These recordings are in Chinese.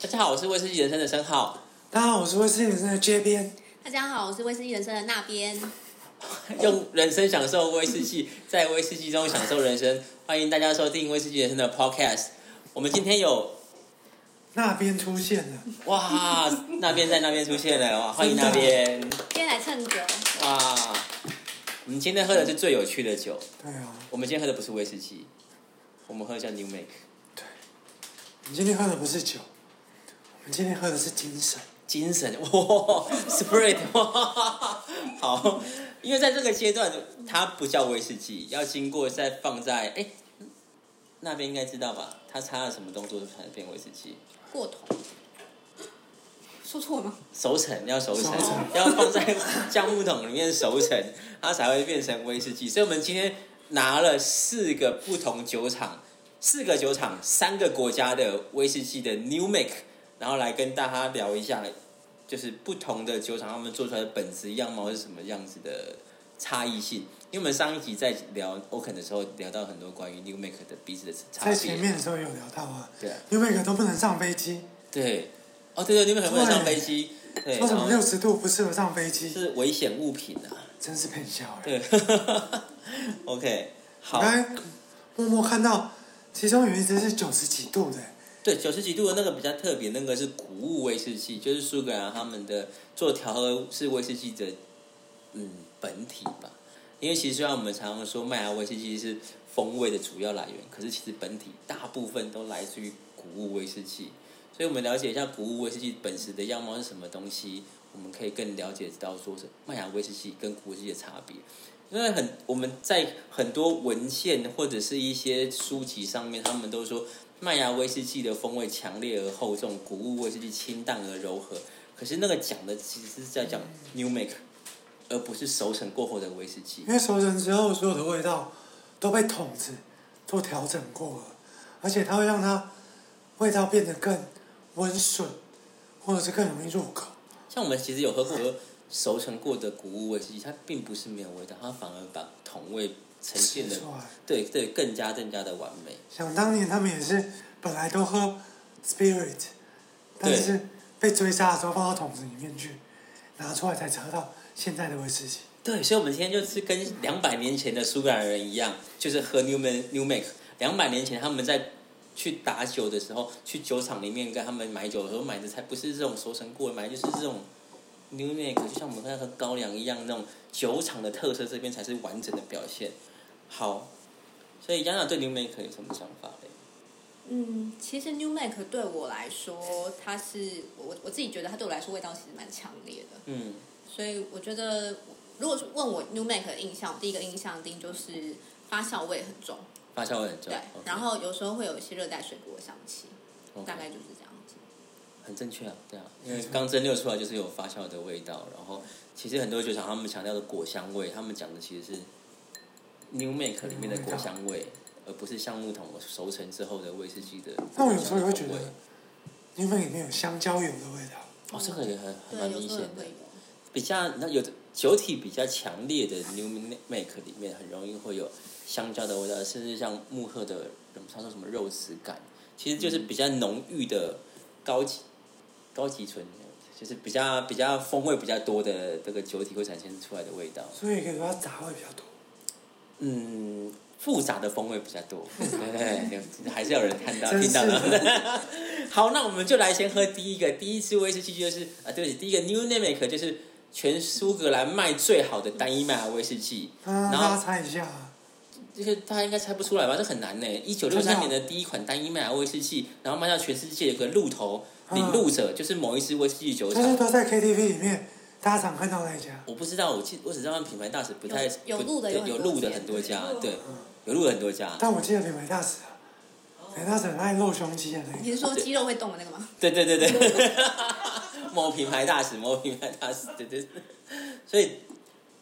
大家好，我是卫生系人生的申浩，大家好，我是魏世林，在街边。大家好，我是威斯利人生的那边。用人生享受威士忌，在威士忌中享受人生。欢迎大家收听威士忌人生的 Podcast。我们今天有那边出现了，哇，那边在那边出现了哇，欢迎那边今天来蹭酒，哇。我们今天喝的是最有趣的酒，对啊，我们今天喝的不是威士忌，我们喝的叫 New Make 我们今天喝的不是酒，我们今天喝的是精神。精神 哇，Spirit 哇， 好，因为在这个阶段它不叫威士忌，要经过再放在哎那边应该知道吧？它擦了什么动作才能变威士忌？过头，说错了吗？熟成要熟成熟成， 要放在橡木桶里面熟成， 它才会变成威士忌。所以我们今天拿了四个不同酒厂、四个酒厂、三个国家的威士忌的 New Make，然后来跟大家聊一下，就是不同的酒厂他们做出来的本质样貌是什么样子的差异性。因为我们上一集在聊 o k e n 的时候，聊到很多关于 New Make 的彼此的差别。在前面的时候有聊到啊，对啊因为每个都不能上飞机，对，哦对对，New Make 不能上飞机，对，啊说什然么后六十度不适合上飞机，是危险物品啊。真是骗笑对哎。，OK，好我，刚才默默看到，其中有一只是九十几度的，对，九十几度的那个比较特别，那个是谷物威士忌，就是苏格兰他们的做调和式威士忌的，嗯，本体吧。因为其实虽然我们常常说麦芽威士忌是风味的主要来源，可是其实本体大部分都来自于谷物威士忌，所以我们了解一下谷物威士忌本质的样貌是什么东西，我们可以更了解到说是麦芽威士忌跟谷物威士忌的差别。因为很我们在很多文献或者是一些书籍上面，他们都说麦芽威士忌的风味强烈而厚重，谷物威士忌清淡而柔和。可是那个讲的其实是在讲 new make，而不是熟成过后的威士忌因。为熟成之后所有的味道都被桶子做调整过了，而且它会让它味道变得更温顺，或者是更容易入口。像我们其实有喝过熟成过的谷物威士忌，它并不是没有味道，它反而把桶味呈现的吃出来对对更加更加的完美。想当年他们也是本来都喝 Spirit，但是被追杀的时候放到桶子里面去，拿出来才喝到现在的威士忌。对，所以我们今天就是跟两百年前的苏格兰人一样，就是喝 Newman New Make。两百年前他们在去打酒的时候，去酒厂里面跟他们买酒的时候买的才不是这种熟成过的，买的就是这种 New Make，就像我们现在喝高粱一样那种酒厂的特色，这边才是完整的表现。好，所以杨雅对 New Make 有什么想法嘞？嗯，其实 New Make 对我来说，它是我我自己觉得它对我来说味道其实蛮强烈的，嗯，所以我觉得如果是问我 New Make 的印象，第一个印象一定就是发酵味很重，发酵味很重对， ，OK，然后有时候会有一些热带水果的香气， OK 大概就是这样子。很正确啊，对啊，因为刚蒸馏出来就是有发酵的味道，然后其实很多酒厂他们强调的果香味，他们讲的其实是 New Make 里面的果香味，而不是橡木桶熟成之后的威士忌的果香那口我味。有时候也会觉得，因为里面有香蕉油的味道，哦，这个也很还蛮对，有明时显候也的会，有，比较那有的酒体比较强烈的 New Make 里面很容易会有香蕉的味道，甚至像木鹤的什么他说什么肉质感，其实就是比较浓郁的高级高级醇，就是比较比较风味比较多的这个酒体会展现出来的味道。所以可以说它杂味比较多。嗯，复杂的风味比较 多，对，还是有人看到真听是到的的。 好，那我们就来先喝第一个，第一支威士忌就是啊，对不起，第一个 New n a m i c 就是全苏格兰卖最好的单一麦芽威士忌，那然大家后猜一下，啊这个大家应该猜不出来吧？这很难呢。一九六真的三啊年的第一款单一麦芽威士忌，然后卖到全世界有个路头啊领路者，就是某一支威士忌酒就是厂。都在 KTV 里面，大家常看到那一家。我不知道，我记我只知道他们品牌大使不太有有路的不有很对有多路的家很多家，对嗯，有路的很多家。但我记得品牌大使啊，品牌大使很爱露胸肌的那你个，是说肌肉会动的那个吗？ 对对对对，某品牌大使，某品牌大使，对对对。所以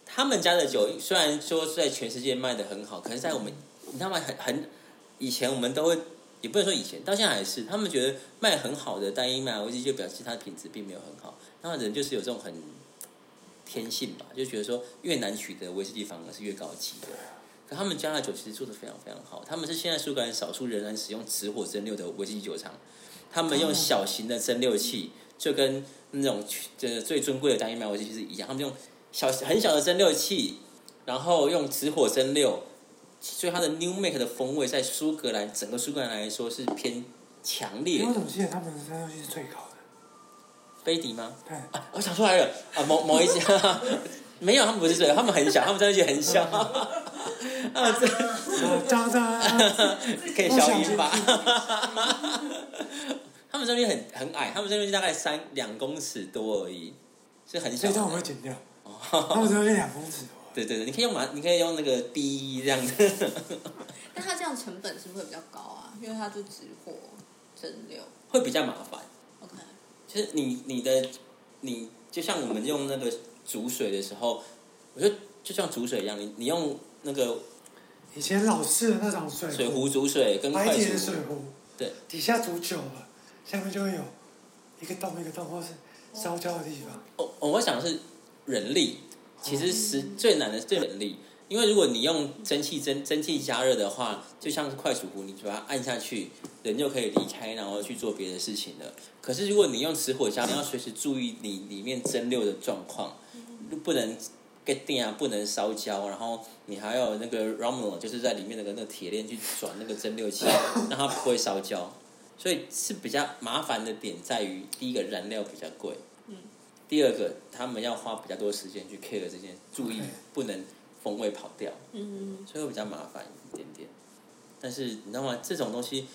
他们家的酒虽然说在全世界卖的很好，可是在我们你知道吗？很很以前我们都会，也不能说以前，到现在还是，他们觉得卖很好的单一麦芽威士忌，就表示它的品质并没有很好。那人就是有这种很天性吧，就觉得说越难取得威士忌反而是越高级的。可他们家的酒其实做的非常非常好，他们是现在苏格兰少数仍然使用直火蒸馏的威士忌酒厂，他们用小型的蒸馏器，就跟那种呃最尊贵的单一麦威士忌是一样，他们用小很小的蒸馏器，然后用直火蒸馏，所以它的 New Make 的风味在苏格兰整个苏格兰来说是偏强烈你为的什。么记得他们的战斗力是最高的？飞迪吗？对，啊，我想出来了啊，某某一家 没有，他们不是最，他们很小，他们真的很 小，啊，这张张，可以消音吧？他们这边很很矮，他们这边大概三两公尺多而已，是很这小一段我的。会剪掉。他们战斗力两公尺多，对对对，你可以用马，你可以用那个 D 这样子。但它这样成本是不是会比较高啊？因为它就直货蒸馏会比较麻烦。 ，OK，就是你你的你就像我们用那个煮水的时候，我觉得就像煮水一样，你你用那个以前老式的那种水水壶煮水跟白快铁的煮水，壶，对，底下煮久了，下面就会有一个洞一个洞，或是烧焦的地方。我哦我想是人力，其实是最难的是人力。因为如果你用蒸汽蒸蒸汽加热的话，就像是快煮壶，你把它按下去，人就可以离开，然后去做别的事情了。可是如果你用直火加，你要随时注意你里面蒸馏的状况，不能 get 电啊，不能烧焦，然后你还有那个 Romulo，就是在里面那个那个铁链去转那个蒸馏器，让它不会烧焦。所以是比较麻烦的点在于，第一个燃料比较贵，嗯，第二个他们要花比较多时间去 care 这件，注意 OK 不能风味跑掉，嗯，所以会比较麻烦一点点。但是你知道吗？这种东西，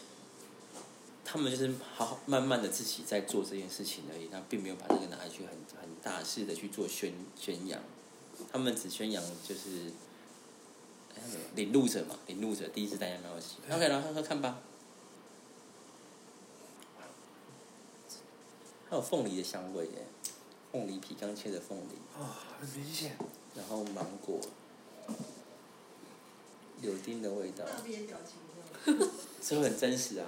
他们就是好好慢慢的自己在做这件事情而已，那并没有把这个拿去很很大肆的去做宣宣扬，他们只宣扬就是。哎那个领路者嘛，领路者第一次大家没有戏对，OK，然后他说看吧，还有凤梨的香味耶，凤梨皮刚切的凤梨，啊，很明显，然后芒果，柳丁的味道，那边表情一样，是不是很真实啊？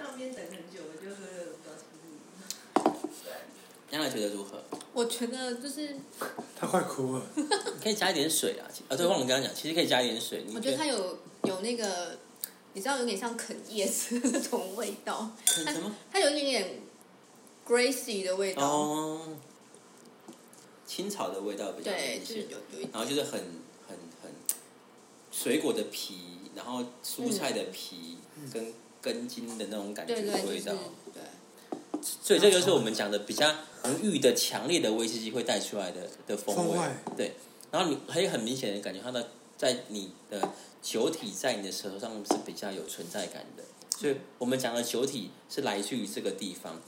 那边等很久，我就会有表情不一样。杨澜觉得如何？我觉得就是，他快哭了。你可以加一点水啊，啊对，忘了跟他讲，其实可以加一点水。你我觉得它有有那个，你知道有点像啃叶子的那种味道，可以什么？它有一点点 Gracie 的味道，哦，青草的味道比较对，明就是显，有有一然后就是很很很水果的皮，然后蔬菜的皮、跟根茎的那种感觉对的对，就味是道。对。所以这就是我们讲的比较浓郁的、强烈的威士忌会带出来的的风味。风味对，然后你可以很明显的感觉它的在你的酒体在你的舌头上是比较有存在感的。所以我们讲的酒体是来自于这个地方。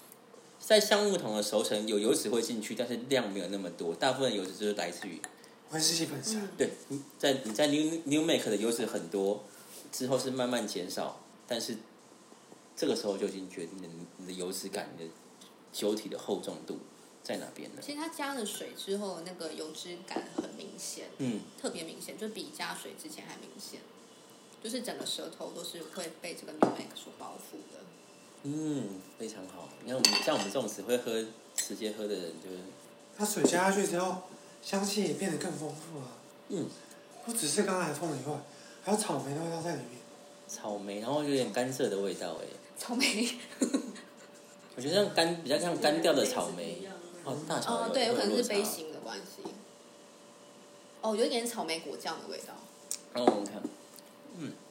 在橡木桶的熟成有油脂会进去，但是量没有那么多，大部分油脂就是来自于威士忌本身，嗯对，你在你在 New New Make 的油脂很多，之后是慢慢减少，但是这个时候就已经决定了你你的油脂感、你的酒体的厚重度在哪边了。其实它加了水之后，那个油脂感很明显，嗯，特别明显，就比加水之前还明显，就是整个舌头都是会被这个 New Make 所包覆的。嗯，非常好。你看我们像我们这种只会喝直接喝的人，就是它水加下去之后，香气也变得更丰富了。嗯，不只是刚才的凤梨味，还有草莓的味道在里面。草莓，然后有点甘蔗的味道哎，草莓，我觉得像干比较像干掉的草莓。哦，大草莓哦，对，有会可能落是差杯。型的关系。哦，有一点草莓果酱的味道，然哦后我们看，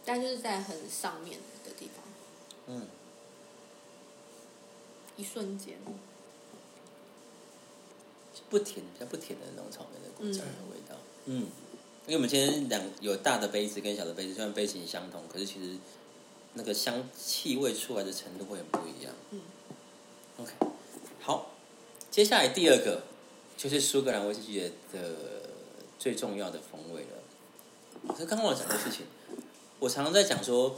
但就是在很上面的地方，嗯，一瞬间。不甜，比较不甜的那种草莓的果酱的嗯味道。嗯，因为我们今天两有大的杯子跟小的杯子，虽然杯型相同，可是其实那个香气味出来的程度会很不一样。嗯，OK，好，接下来第二个就是苏格兰威士忌的的最重要的风味了。可是刚刚我讲的事情，我常常在讲说。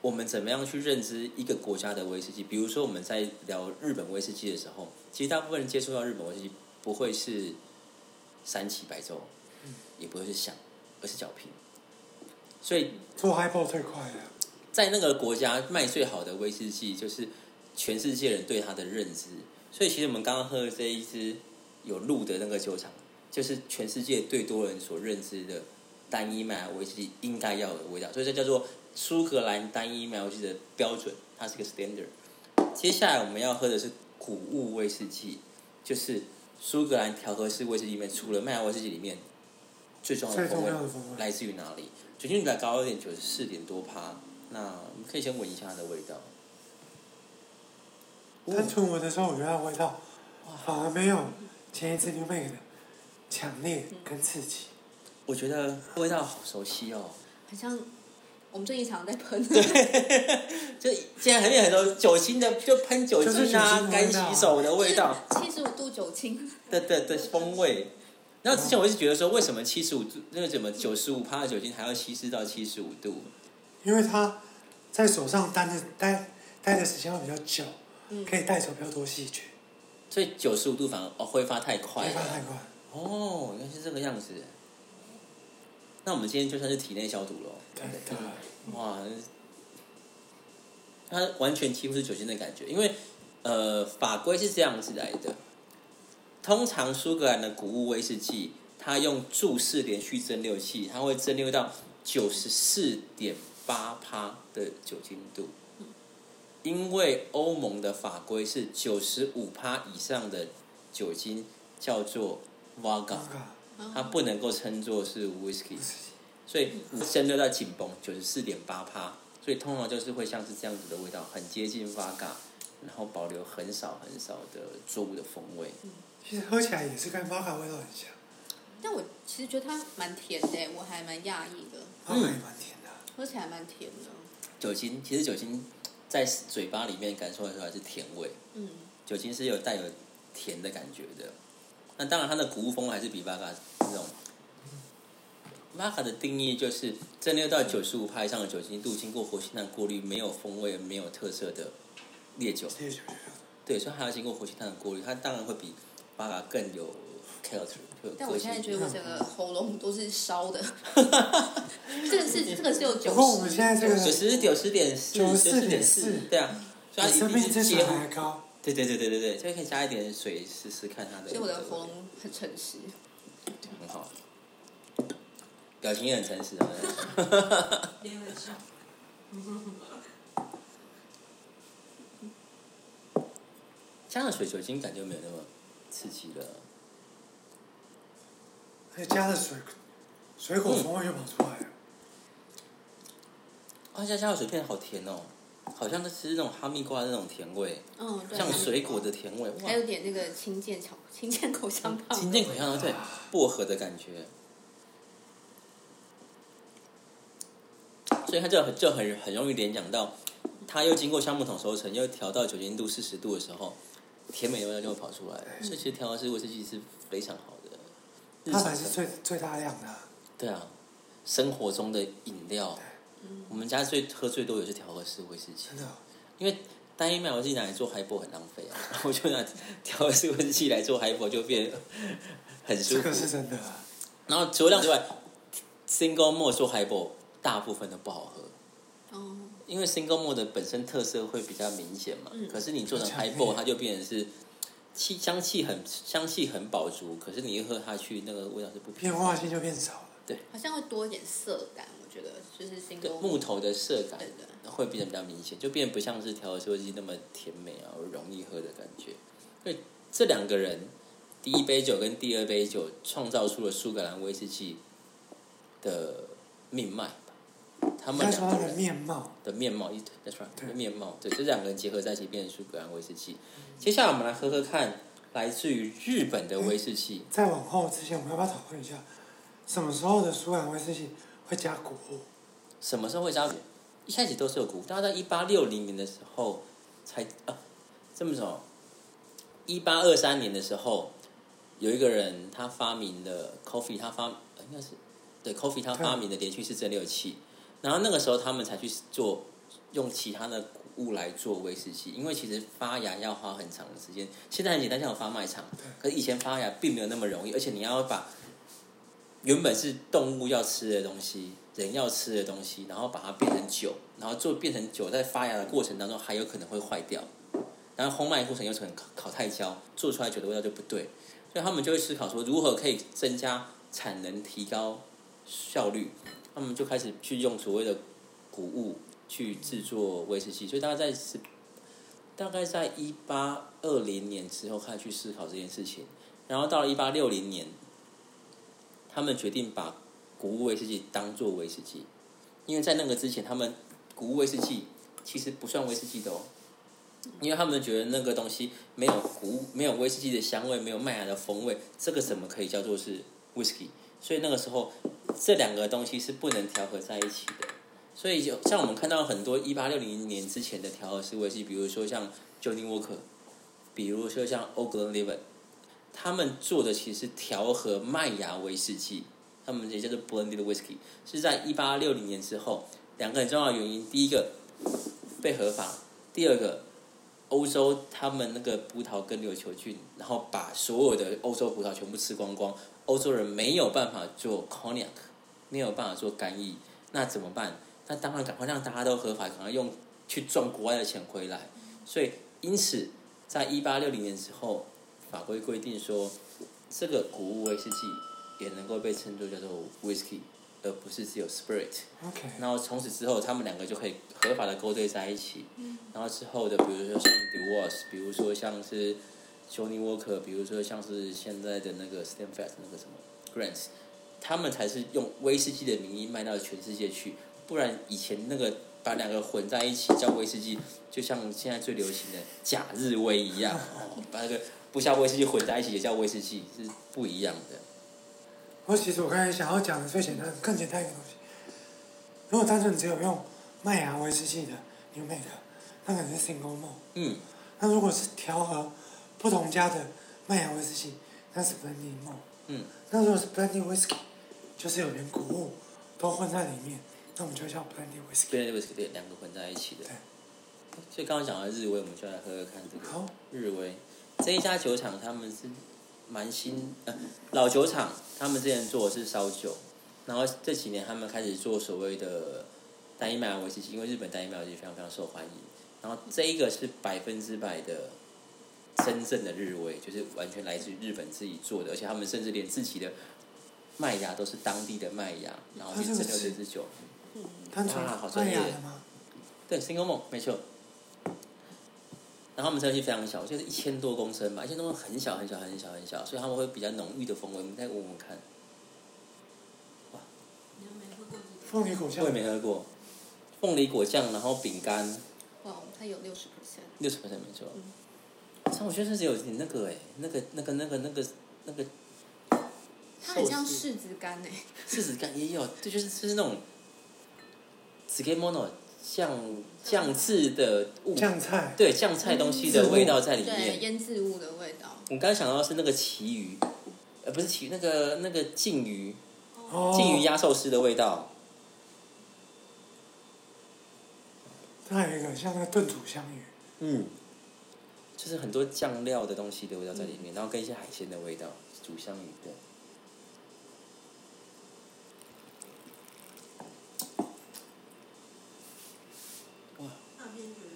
我们怎么样去认知一个国家的威士忌？比如说我们在聊日本威士忌的时候，其实大部分人接触到日本威士忌不会是三七白粥，也不会是响，而是角瓶。所以做 highball 最快了，在那个国家卖最好的威士忌，就是全世界人对它的认知。所以其实我们刚刚喝的这一支有鹿的那个酒厂，就是全世界最多人所认知的单一麦芽威士忌应该要有的味道，所以这叫做苏格兰单一麦芽威士忌的标准，它是个 standard。接下来我们要喝的是谷物威士忌，就是苏格兰调和式威士忌里面，除了麦芽威士忌里面最重要的最风重味哦要的风味。来自于哪里？酒精度比较高一点，九十四点多趴。那我们可以先闻一下它的味道。哦单纯闻的时候，我觉得它的味道反而没有前一次 New Make 的强烈跟刺激。我觉得味道好熟悉哦，很像我们最近常在喷，就现在很很多酒精的，就喷酒就精是酒精啊的，干味道洗手的味道。 七十五度酒精，的的的风味。然后之前我是觉得说，为什么七十五那个什么九十五帕的酒精还要稀释到七十五度？因为它在手上待的待待的时间会比较久，嗯可以带走比较多细菌，所以九十五度反而哦挥发太快没办法太了。快。哦，原来是这个样子。那我们今天就算是体内消毒了。对对，哇，它完全几乎是酒精的感觉，因为呃法规是这样子来的。通常苏格兰的谷物威士忌，它用注释连续蒸馏器，它会蒸馏到九十四点八趴的酒精度。因为欧盟的法规是九十五趴以上的酒精叫做 vodka，那个它啊不能够称作是 whisky，所以蒸馏到紧绷九十四点八帕，所以通常就是会像是这样子的味道，很接近 v 嘎，然后保留很少很少的作物的风味。其实喝起来也是跟玛卡味道很像，但我其实觉得它蛮甜的，我还蛮讶异的，玛卡也蛮甜的。喝起来蛮甜的，酒精其实酒精在嘴巴里面感受得出来是甜味，嗯，酒精是有带有甜的感觉的。那当然，它的谷物风味还是比 v 嘎那种。v 嘎的定义就是蒸馏到九十五帕以上的酒精度，经过活性炭过滤，没有风味、没有特色的烈酒。烈酒也对，所以它要经过活性炭的过滤，它当然会比巴嘎更有 character，就有但我个现在性觉得我整个喉咙都是烧 的，这个是这个是有酒不过我们现在这九个十九十点四，四四， 94.4对啊，所以它比生一命定之是水几乎还，高。对对对对对对，所以可以加一点水试试看它的，所以我的喉咙很诚实。很好，表情也很诚实啊。也很像。加上水酒精感觉没有那么刺激了，而且加了水水果风味就跑出来了。啊，加加上水片好甜哦，好像在吃那种哈密瓜的那种甜味，嗯，对，像水果的甜味，哇还，有点那个清健巧清健口香糖，清健口香糖对薄荷的感觉，所以它就很就很很容易联想到，它又经过橡木桶熟成，又调到酒精度四十度的时候，甜美的味道就会跑出来。所以其实调和式威士忌是非常好的，日它常才是最最大量的啊，对啊，生活中的饮料。我们家最喝最多也是调和式威士忌真，的。因为单一麦威士忌拿来做 highball 很浪费啊，我就拿调和式威士忌来做 highball 就变得很舒这服个。是真的啊，然后除了量之外，single malt 做 highball 大部分都不好喝，哦，因为 single malt 的本身特色会比较明显嘛。嗯可是你做成而且还 highball，可以它就变成是气香气很香气很饱足，可是你一喝下去，那个味道是不平变衡化性就变少了。好像会多一点涩感，我觉得就是新对工木头的涩感对的，会变得比较明显，就变得不像是调和威士忌那么甜美啊，容易喝的感觉。所以这两个人，第一杯酒跟第二杯酒，创造出了苏格兰威士忌的命脉吧。他应们该说两它个的人面貌，的面貌，一 that's right，对的面貌，对，这两个人结合在一起变成苏格兰威士忌。接下来我们来喝喝看，来自于日本的威士忌。再往后之前，我们要不要讨论一下，什么时候的苏格兰威士忌会加谷物？什么时候会加入？一开始都是有谷物，大概在一八六零年的时候才啊，这么说，一八二三年的时候，有一个人他发明了 coffee，他发呃应该是对 coffee，他发明的连续式蒸馏器，然后那个时候他们才去做用其他的谷物来做威士忌，因为其实发芽要花很长的时间，现在很简单，像有发卖场，可是以前发芽并没有那么容易，而且你要把原本是动物要吃的东西，人要吃的东西，然后把它变成酒，然后做变成酒，在发芽的过程当中还有可能会坏掉，然后烘麦的过程又成烤烤太焦，做出来酒的味道就不对，所以他们就会思考说如何可以增加产能，提高效率，他们就开始去用所谓的谷物去制作威士忌，所以大概在十，大概在一八二零年之后开始去思考这件事情，然后到了一八六零年，他们决定把谷物威士忌当做威士忌，因为在那个之前，他们谷物威士忌其实不算威士忌的哦。因为他们觉得那个东西没有谷，没有威士忌的香味，没有麦芽的风味，这个怎么可以叫做是 whisky？所以那个时候，这两个东西是不能调和在一起的。所以就像我们看到很多一八六零年之前的调和式威士忌，比如说像 Johnny Walker，比如说像 o g l e n l i v e n 他们做的其实是调和麦芽威士忌，他们也叫做 blended whisky，是在一八六零年之后，两个很重要的原因，第一个被合法，第二个。欧洲他们那个葡萄根瘤球菌，然后把所有的欧洲葡萄全部吃光光，欧洲人没有办法做 cognac，没有办法做干邑，那怎么办？那当然赶快让大家都合法，赶快用去赚国外的钱回来。所以因此，在一八六零年之后，法规规定说，这个谷物威士忌也能够被称作叫做 whisky，而不是只有 spirit。 OK，然后从此之后，他们两个就可以合法的勾兑在一起。然后之后的，比如说像 d e w a s 比如说像是 Johnny Walker，比如说像是现在的那个 Stanford 那个什么 Grants，他们才是用威士忌的名义卖到全世界去。不然以前那个把两个混在一起叫威士忌，就像现在最流行的假日威一样，哦，把那个不像威士忌混在一起也叫威士忌，是不一样的。我其实我刚才想要讲的最简单、更简单一个东西，如果单纯只有用麦芽威士忌的 New Make，那可能是 Single Malt。嗯，那如果是调和不同家的麦芽威士忌，那是 Blended Malt。嗯。那如果是 Blended Whisky，就是有连谷物都混在里面，那我们就叫 Blended Whisky。对对对对，两个混在一起的对。所以刚刚讲的日威，我们就来喝喝看这个好，日威。这一家酒厂他们是蛮新，呃，老酒厂，他们之前做的是烧酒，然后这几年他们开始做所谓的单一麦芽威士忌，因为日本单一麦芽威士忌非常非常受欢迎。然后这一个是百分之百的真正的日威，就是完全来自于日本自己做的，而且他们甚至连自己的麦芽都是当地的麦芽，然后去蒸馏这支酒。单纯哇好专麦业芽的吗？对，single malt 没错。然后他们车距非常小，就是一千多公升吧，一千多公升很小很小很小很小，所以他们会比较浓郁的风味。我们再闻闻看，你们没喝过这个？凤梨果我酱也。没喝过。凤梨果酱，然后饼干，哇，它有六十 percent，六十 p 没错。像我觉得是有点那个哎、那个那个那个那个那个它很像寿司柿子干诶、欸柿子干也有，这就是就是那种 s k i m o n o 酱酱制的物，酱菜。对酱菜东西的味道在里面对，。腌制物的味道。我刚刚想到的是那个旗鱼，呃，不是旗鱼，那个那个鲭鱼，哦。鲭鱼。鸭寿司的味道。还有一个像那个炖煮香鱼。嗯，就是很多酱料的东西的味道在里面，然后跟一些海鲜的味道，煮香鱼对。那边觉得如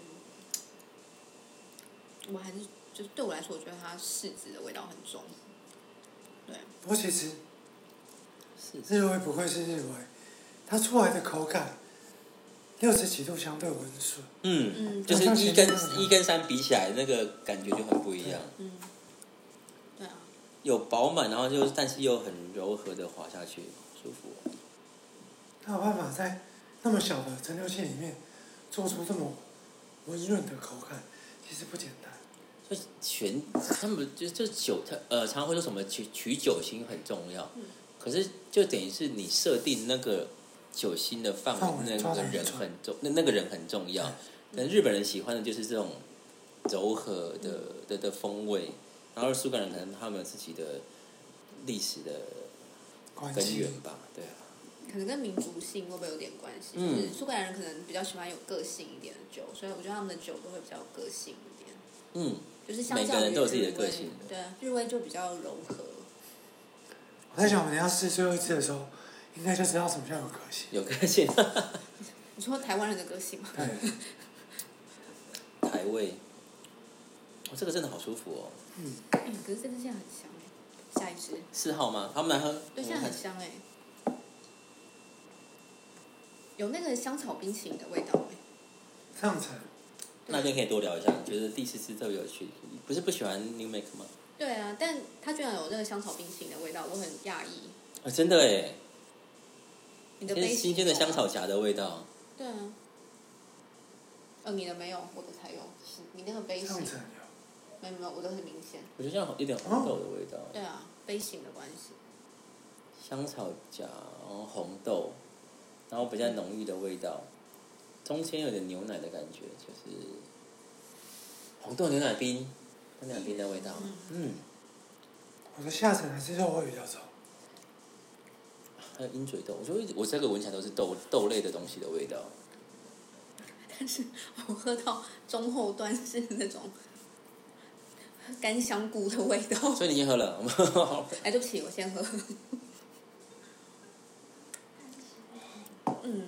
我何还是就是对我来说，我觉得它柿子的味道很重。对，不过其实是日威不愧是日威，它出来的口感六十几度相对温顺，嗯，嗯就是好像一前跟面那个一跟三比起来，那个感觉就很不一样，嗯，对啊，有饱满，然后就但是又很柔和的滑下去，舒服。它有办法在那么小的蒸馏器里面做出这么温润的口感，其实不简单。就全他们就就酒，他呃常常会说什么取取酒心很重要，可是就等于是你设定那个酒心的范范围围，那抓个得很人准很重，那那个人很重要。那日本人喜欢的就是这种柔和的嗯的的风味，然后苏格兰可能他们自己的历史的关根源系吧，对啊，可能跟民族性会不会有点关系？嗯就是苏格兰人可能比较喜欢有个性一点的酒，所以我觉得他们的酒都会比较有个性一点。嗯，就是相每较个人于都有自己日的个威性对，啊日威就比较柔和。我在想，我们要试最后一次的时候，应该就知道什么叫有个性。有个性，你说台湾人的个性吗？对，台味，哦，这个真的好舒服哦。哎可是这个现在很香哎，下一支，欸四号吗？他们来喝，我对，现在们很看香哎。有那个香草冰淇淋的味道欸这样子，那就可以多聊一下，你觉得第四次特别有趣？你不是不喜欢 New Make 吗？对啊，但它居然有那个香草冰淇淋的味道，我很讶异。啊，真的哎，你的这杯是子新鲜的香草荚的味道。啊对啊。呃，你的没有，我的才有。是你那个杯这型样，子有，没有没有，我的很明显。我觉得像有点红豆的味道，对啊，杯型的关系。 香草荚，然后红豆，然后比较浓郁的味道，中间有点牛奶的感觉，就是红豆牛奶冰，牛奶冰的味道。嗯，我的下层还是肉味比较重，还有鹰嘴豆，我觉得我这个闻起来都是豆豆类的东西的味道。但是我喝到中后段是那种干香菇的味道。所以你已经喝了，我哎，对不起，我先喝。嗯，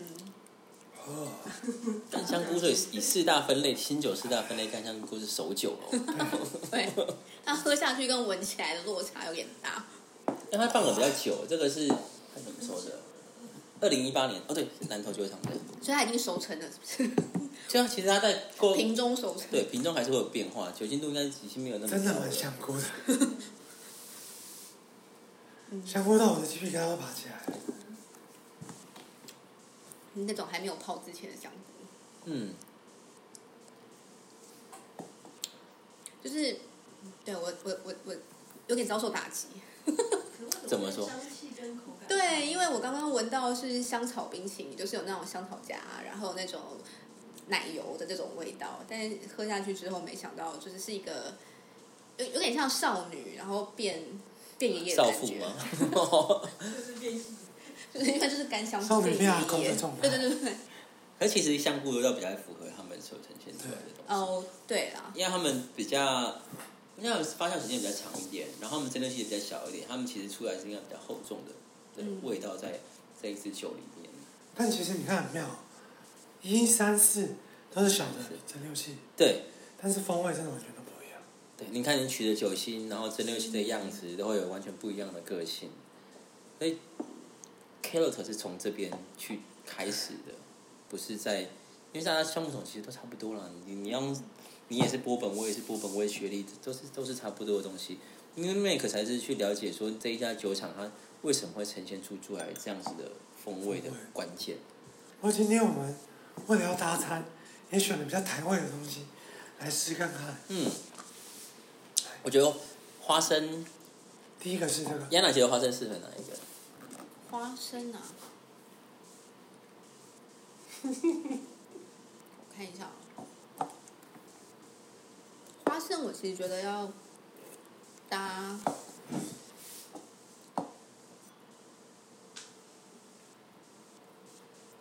们干香菇所以以四大分类，新酒四大分类，干香菇是首酒哦。对，它喝下去跟闻起来的落差有点大。但它放的比较久，这个是它怎么说的？二零一八年哦，对，是南投酒厂的。所以它已经熟成了，是不这样其实它在过是？瓶中熟成。哦对瓶中还是会有变化，酒精度应该已经没有那么真的高了蛮香菇的，香菇到我的鸡皮疙瘩都爬起来了。嗯那种还没有泡之前的香菇，嗯，就是对我我我我有点遭受打击。怎么说香气跟口感对，因为我刚刚闻到是香草冰淇淋，就是有那种香草夹，然后那种奶油的这种味道，但是喝下去之后，没想到就是是一个有有点像少女，然后变变爷爷的少感妇觉，吗？就是变性就是因为就是干香少女变变阿爷公爷的状态对对对对， 可是其实香菇味道比较符合他们所呈现出来的东哦对啦，西，因为他们比较。因为他们发酵时间比较长一点，然后他们针对性也比较小一点，他们其实出来是应该比较厚重的的嗯味道在这一支酒里面。但其实你看很妙，一三四都是小的是蒸馏器，对，但是风味真的完全都不一样。对，你看你取的酒心，然后蒸馏器的样子，都会有完全不一样的个性。所以 Carrot 是从这边去开始的，不是在，因为大家橡木桶其实都差不多啦。你你要用，你也是波本，我也是波本，我也学历都是都是差不多的东西。因为 Make 才是去了解说这一家酒厂它为什么会呈现出出来这样子的风味的关键。不过今天我们为了要搭餐，也选了比较台味的东西来试看看。嗯，我觉得花生，第一个是这个亚娜觉得花生适合哪一个？花生啊， 我看一下哦，花生我其实觉得要搭，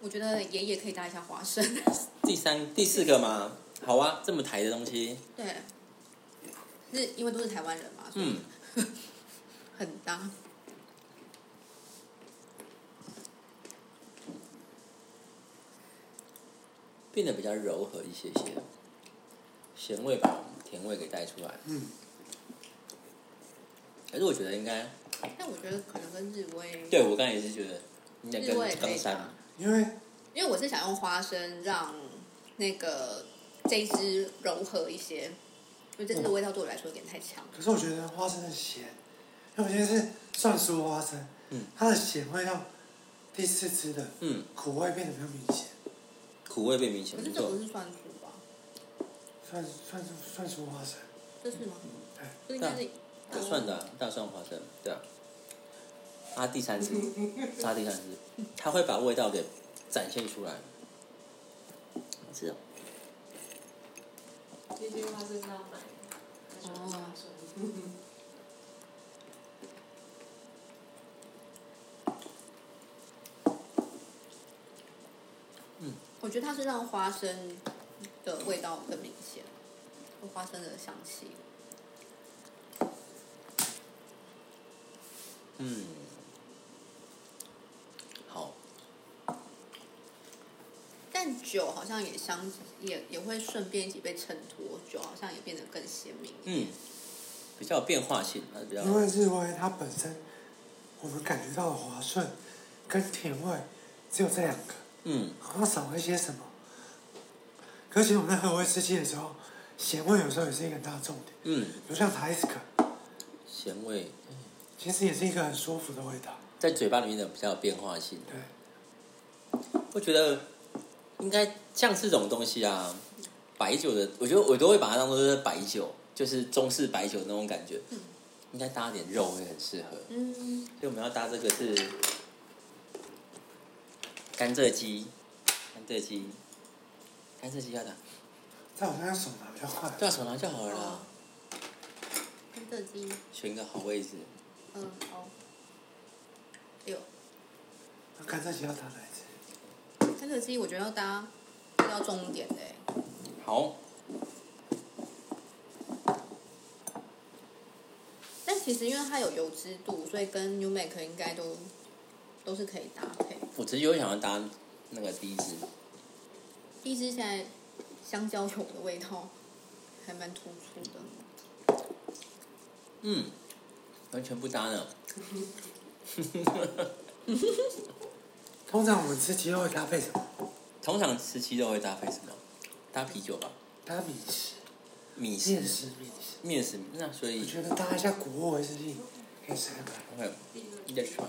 我觉得爷爷可以搭一下花生， 第三、第四个嘛，好啊，这么台的东西，对，是因为都是台湾人嘛，所以嗯， 很搭。变得比较柔和一些些，咸味把甜味给带出来。嗯，可是我觉得应该，但我觉得可能跟日威，对我刚才也是觉得应该日威跟也可冈以搭山。因为因为我是想用花生让那个这一支柔和一些，因为这支的味道对我来说有点太强。可是我觉得花生的咸，因为我现在是蒜酥花生，嗯它的咸味到第四支的嗯，苦味变得比较明显。苦味变明显，可是没这错不。是酸醋吧？蒜蒜酥蒜酥花生，这是吗？对，这应该嗯是嗯可算的、啊，大蒜花生，对啊。它第三次，它第三次，它会把味道给展现出来。是啊，这些花生是要买的，哦我觉得它是让花生的味道更明显，有花生的香气。嗯，好，但酒好像也相也也会顺便一起被衬托，酒好像也变得更鲜明。嗯，比较有变化性，它比较因为日威它本身，我们感觉到的滑顺跟甜味只有这两个，嗯，好像少了一些什么。可是其实我们在喝威士忌的时候，咸味有时候也是一个很大的重点。嗯，比如像塔伊斯克，咸味其实也是一个很舒服的味道。在嘴巴里面的比较有变化性。对，我觉得应该像这种东西啊，白酒的，我觉得我都会把它当做是白酒，就是中式白酒那种感觉。嗯应该搭点肉会很适合，嗯，所以我们要搭这个是甘蔗鸡，甘蔗鸡，甘蔗鸡要打，但我像用手拿比较快。对啊，手拿就好了啦哦，甘蔗鸡，选一个好位置。嗯，好。哎呦，那甘蔗鸡要打哪一只？甘蔗鸡我觉得要搭搭到重点的欸，好，但其实因为它有油脂度，所以跟 New Make 应该都都是可以搭配。我直接会想要搭那个第一支，第一支现在香蕉球的味道还蛮突出的，嗯，完全不搭呢。通常我们吃鸡肉会搭配什么？通常吃鸡肉会搭配什么？搭啤酒吧，搭米食、米食面、食、米食。面食。那所我以觉得搭一下谷物威士忌可以试看看。 OK，你再吃吧。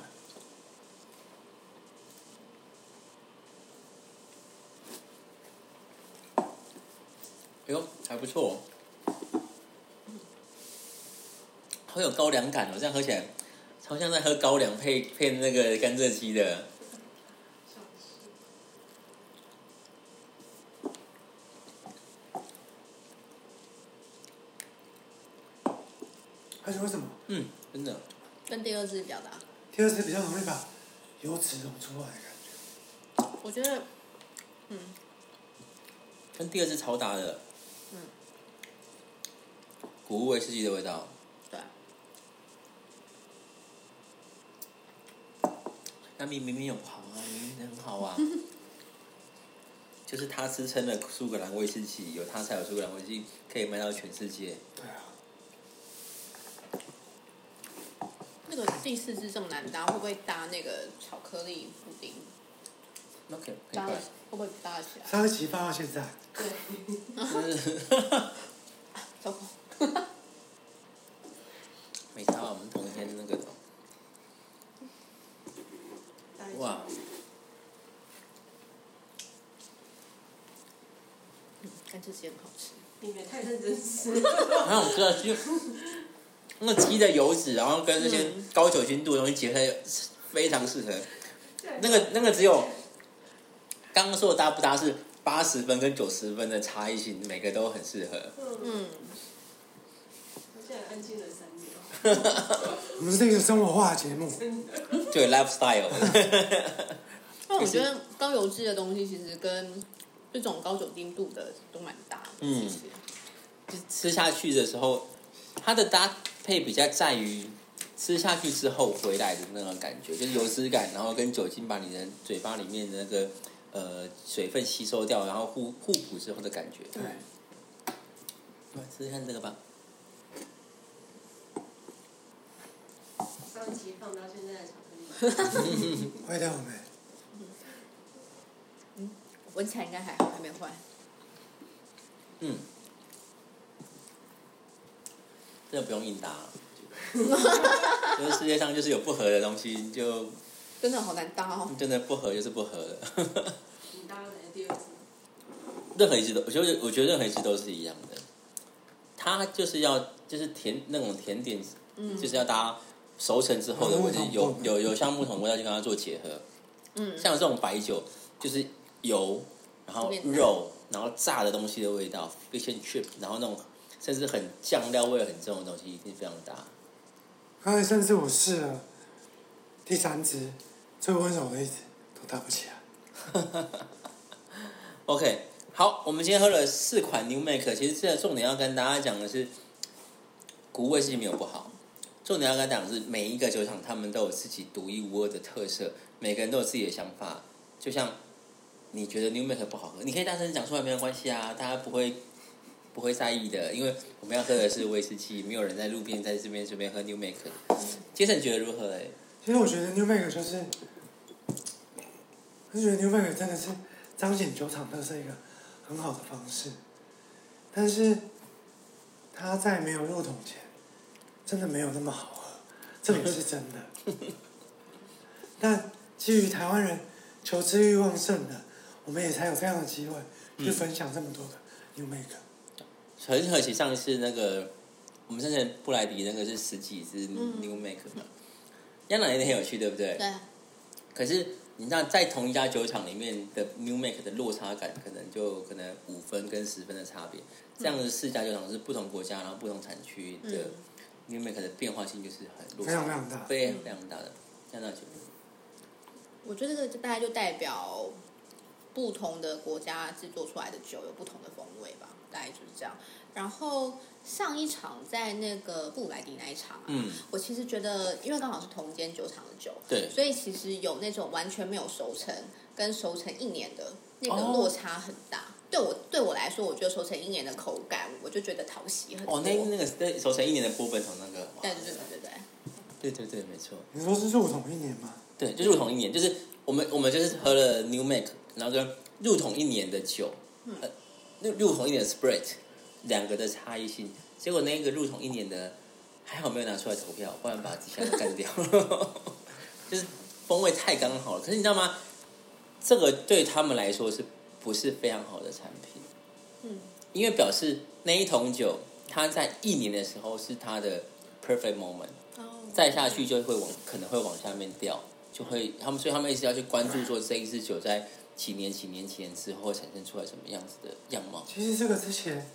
哎呦，还不错、哦，好有高粱感哦！这样喝起来，超像在喝高粱配配那个甘蔗鸡的。而且为什么嗯，真的，跟第二支比较搭。第二只比较容易把油脂溶出来的感觉？我觉得，嗯，跟第二支超搭的。嗯。谷物威士忌的味道。对啊，那明明明有好啊，明明很好 啊。就是他支撑了苏格兰威士忌，有他才有苏格兰威士忌可以卖到全世界。对啊，那个第四支这么难搭，会不会搭那个巧克力布丁？ OK，很搭了快会。不会搭得起来？上一集放到现在，对，糟糕，没差啊，我们同一天那个的。大家哇，嗯，甘蔗鸡很好吃。你们太认真吃，很好吃啊！ 就那个鸡的油脂，然后跟那些嗯高酒精度的东西结合，非常适合。对那个那个只有刚刚说的搭不搭是八十分跟九十分的差异性，每个都很适合。嗯，嗯，我现在安静了三秒，我们是一个生活化的节目，真的。对 lifestyle，那我觉得高油脂的东西其实跟这种高酒精度的都蛮搭的。嗯其实吃下去的时候，它的搭配比较在于吃下去之后回来的那种感觉，就是油脂感，然后跟酒精把你的嘴巴里面的那个呃水分吸收掉，然后互互补之后的感觉。对，来试试看这个吧。上一集放到现在的巧克力，味道有没？闻起来应该还好，还没坏。嗯，这个不用硬搭。 就是世界上就是有不合的东西，就真的好难搭哦。真的不合就是不合的。你搭了第二次，任何一只都，我觉得我觉得任何一只都是一样的，它就是要就是甜那种甜点，嗯就是要搭熟成之后的味道木桶，有木桶有有像木桶味道就跟它做结合。嗯，像这种白酒就是油，然后面肉，然后炸的东西的味道，fish and chip，然后那种甚至很酱料味很重的东西，一定非常搭。刚才甚至我试了第三只最温柔的一只都搭不起来。 OK，好，我们今天喝了四款 New Make，其实这重点要跟大家讲的是，谷味是没有不好，重点要跟大家讲的是每一个酒厂他们都有自己独一无二的特色，每个人都有自己的想法。就像你觉得 New Make 不好喝，你可以大声讲出来没有关系啊，大家不会不会在意的，因为我们要喝的是威士忌，没有人在路边在这边随便喝 New Make。杰森觉得如何嘞？其实我觉得 New Make 就是我觉得牛奶真的是彰显酒厂特色一个很好的方式，但是它在没有入桶前，真的没有那么好喝，这也是真的。但基于台湾人求知欲旺盛的，我们也才有这样的机会去分享这么多的牛奶个。很可惜，上次那个我们上次布莱迪那个是十几只 New Make 嘛，亚奶也很有趣，对不对？嗯对，啊可是你知道，在同一家酒厂里面的 New Make 的落差感，可能就可能五分跟十分的差嗯别。这样的四家酒厂是不同国家，然后不同产区的嗯， New Make 的变化性就是很落非常差非常非常大非常大的。亚娜酒，我觉得这个就大概就代表不同的国家制作出来的酒有不同的风味吧，大概就是这样。然后上一场在那个布莱迪那一场啊，嗯，我其实觉得，因为刚好是同间酒厂的酒，对所以其实有那种完全没有熟成跟熟成一年的那个哦落差很大。对我对我来说，我觉得熟成一年的口感，我就觉得讨喜很多。哦，那那个那熟成一年的波本桶那个，哇对对对对对对，对对，没错，你说是入桶一年吗？对，就入桶一年，就是我们我们就是喝了 New Make，然后跟入桶一年的酒，呃，入入桶一年的 Spread 两个的差异性，结果那个入桶一年的还好没有拿出来投票，不然把底下都干掉， 就是风味太刚好了。可是你知道吗？这个对他们来说是不是非常好的产品？嗯，因为表示那一桶酒，它在一年的时候是它的 perfect moment。哦，再下去就会往可能会往下面掉，就会他们所以他们一直要去关注说这一支酒在几年几年几年之后产生出来什么样子的样貌。其实这个之前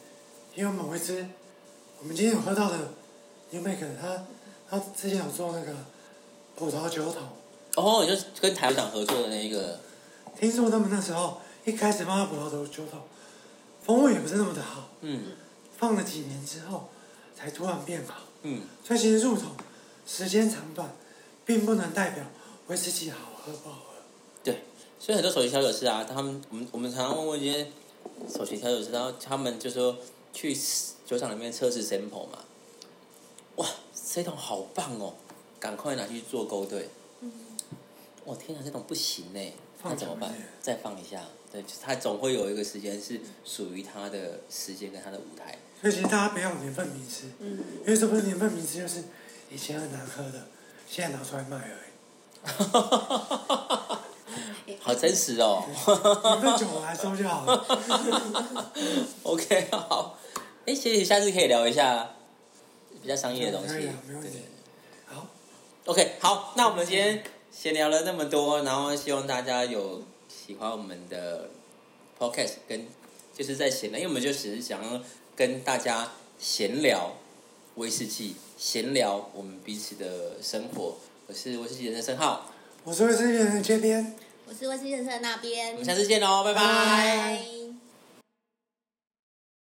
也有某一支，我们今天有喝到的 New Make，它它之前有做那个葡萄酒桶，哦，就是跟台长合作的那一个，听说他们那时候一开始放到葡萄酒桶，风味也不是那么的好，嗯放了几年之后才突然变好。嗯，所以其实入桶时间长短，并不能代表威士忌好喝不好喝。对，所以很多首席调酒师啊，他们我们我们常常问问一些首席调酒师，然后他们就说去酒厂里面测试 sample 嘛，哇，这桶好棒哦，赶快拿去做勾兑。我天啊，这种不行呢，那放怎么办久一点？再放一下，对，就是它总会有一个时间是属于它的时间跟它的舞 台。所以其实大家不要有年份迷失，嗯，因为这不是年份迷失，就是以前很难喝的，现在拿出来卖而已。好真实哦。 年份久了来收就好了。 OK，好。哎，其实下次可以聊一下比较商业的东西。可以啊，没问对题对。好， OK，好，那我们今天闲聊了那么多，然后希望大家有喜欢我们的 Podcast，跟就是在闲聊，因为我们就只是想要跟大家闲聊威士忌，闲聊我们彼此的生活。我是威士忌人的申浩，我是威士忌人的街边。我是威斯先生那边，我们下次见喽，拜拜拜。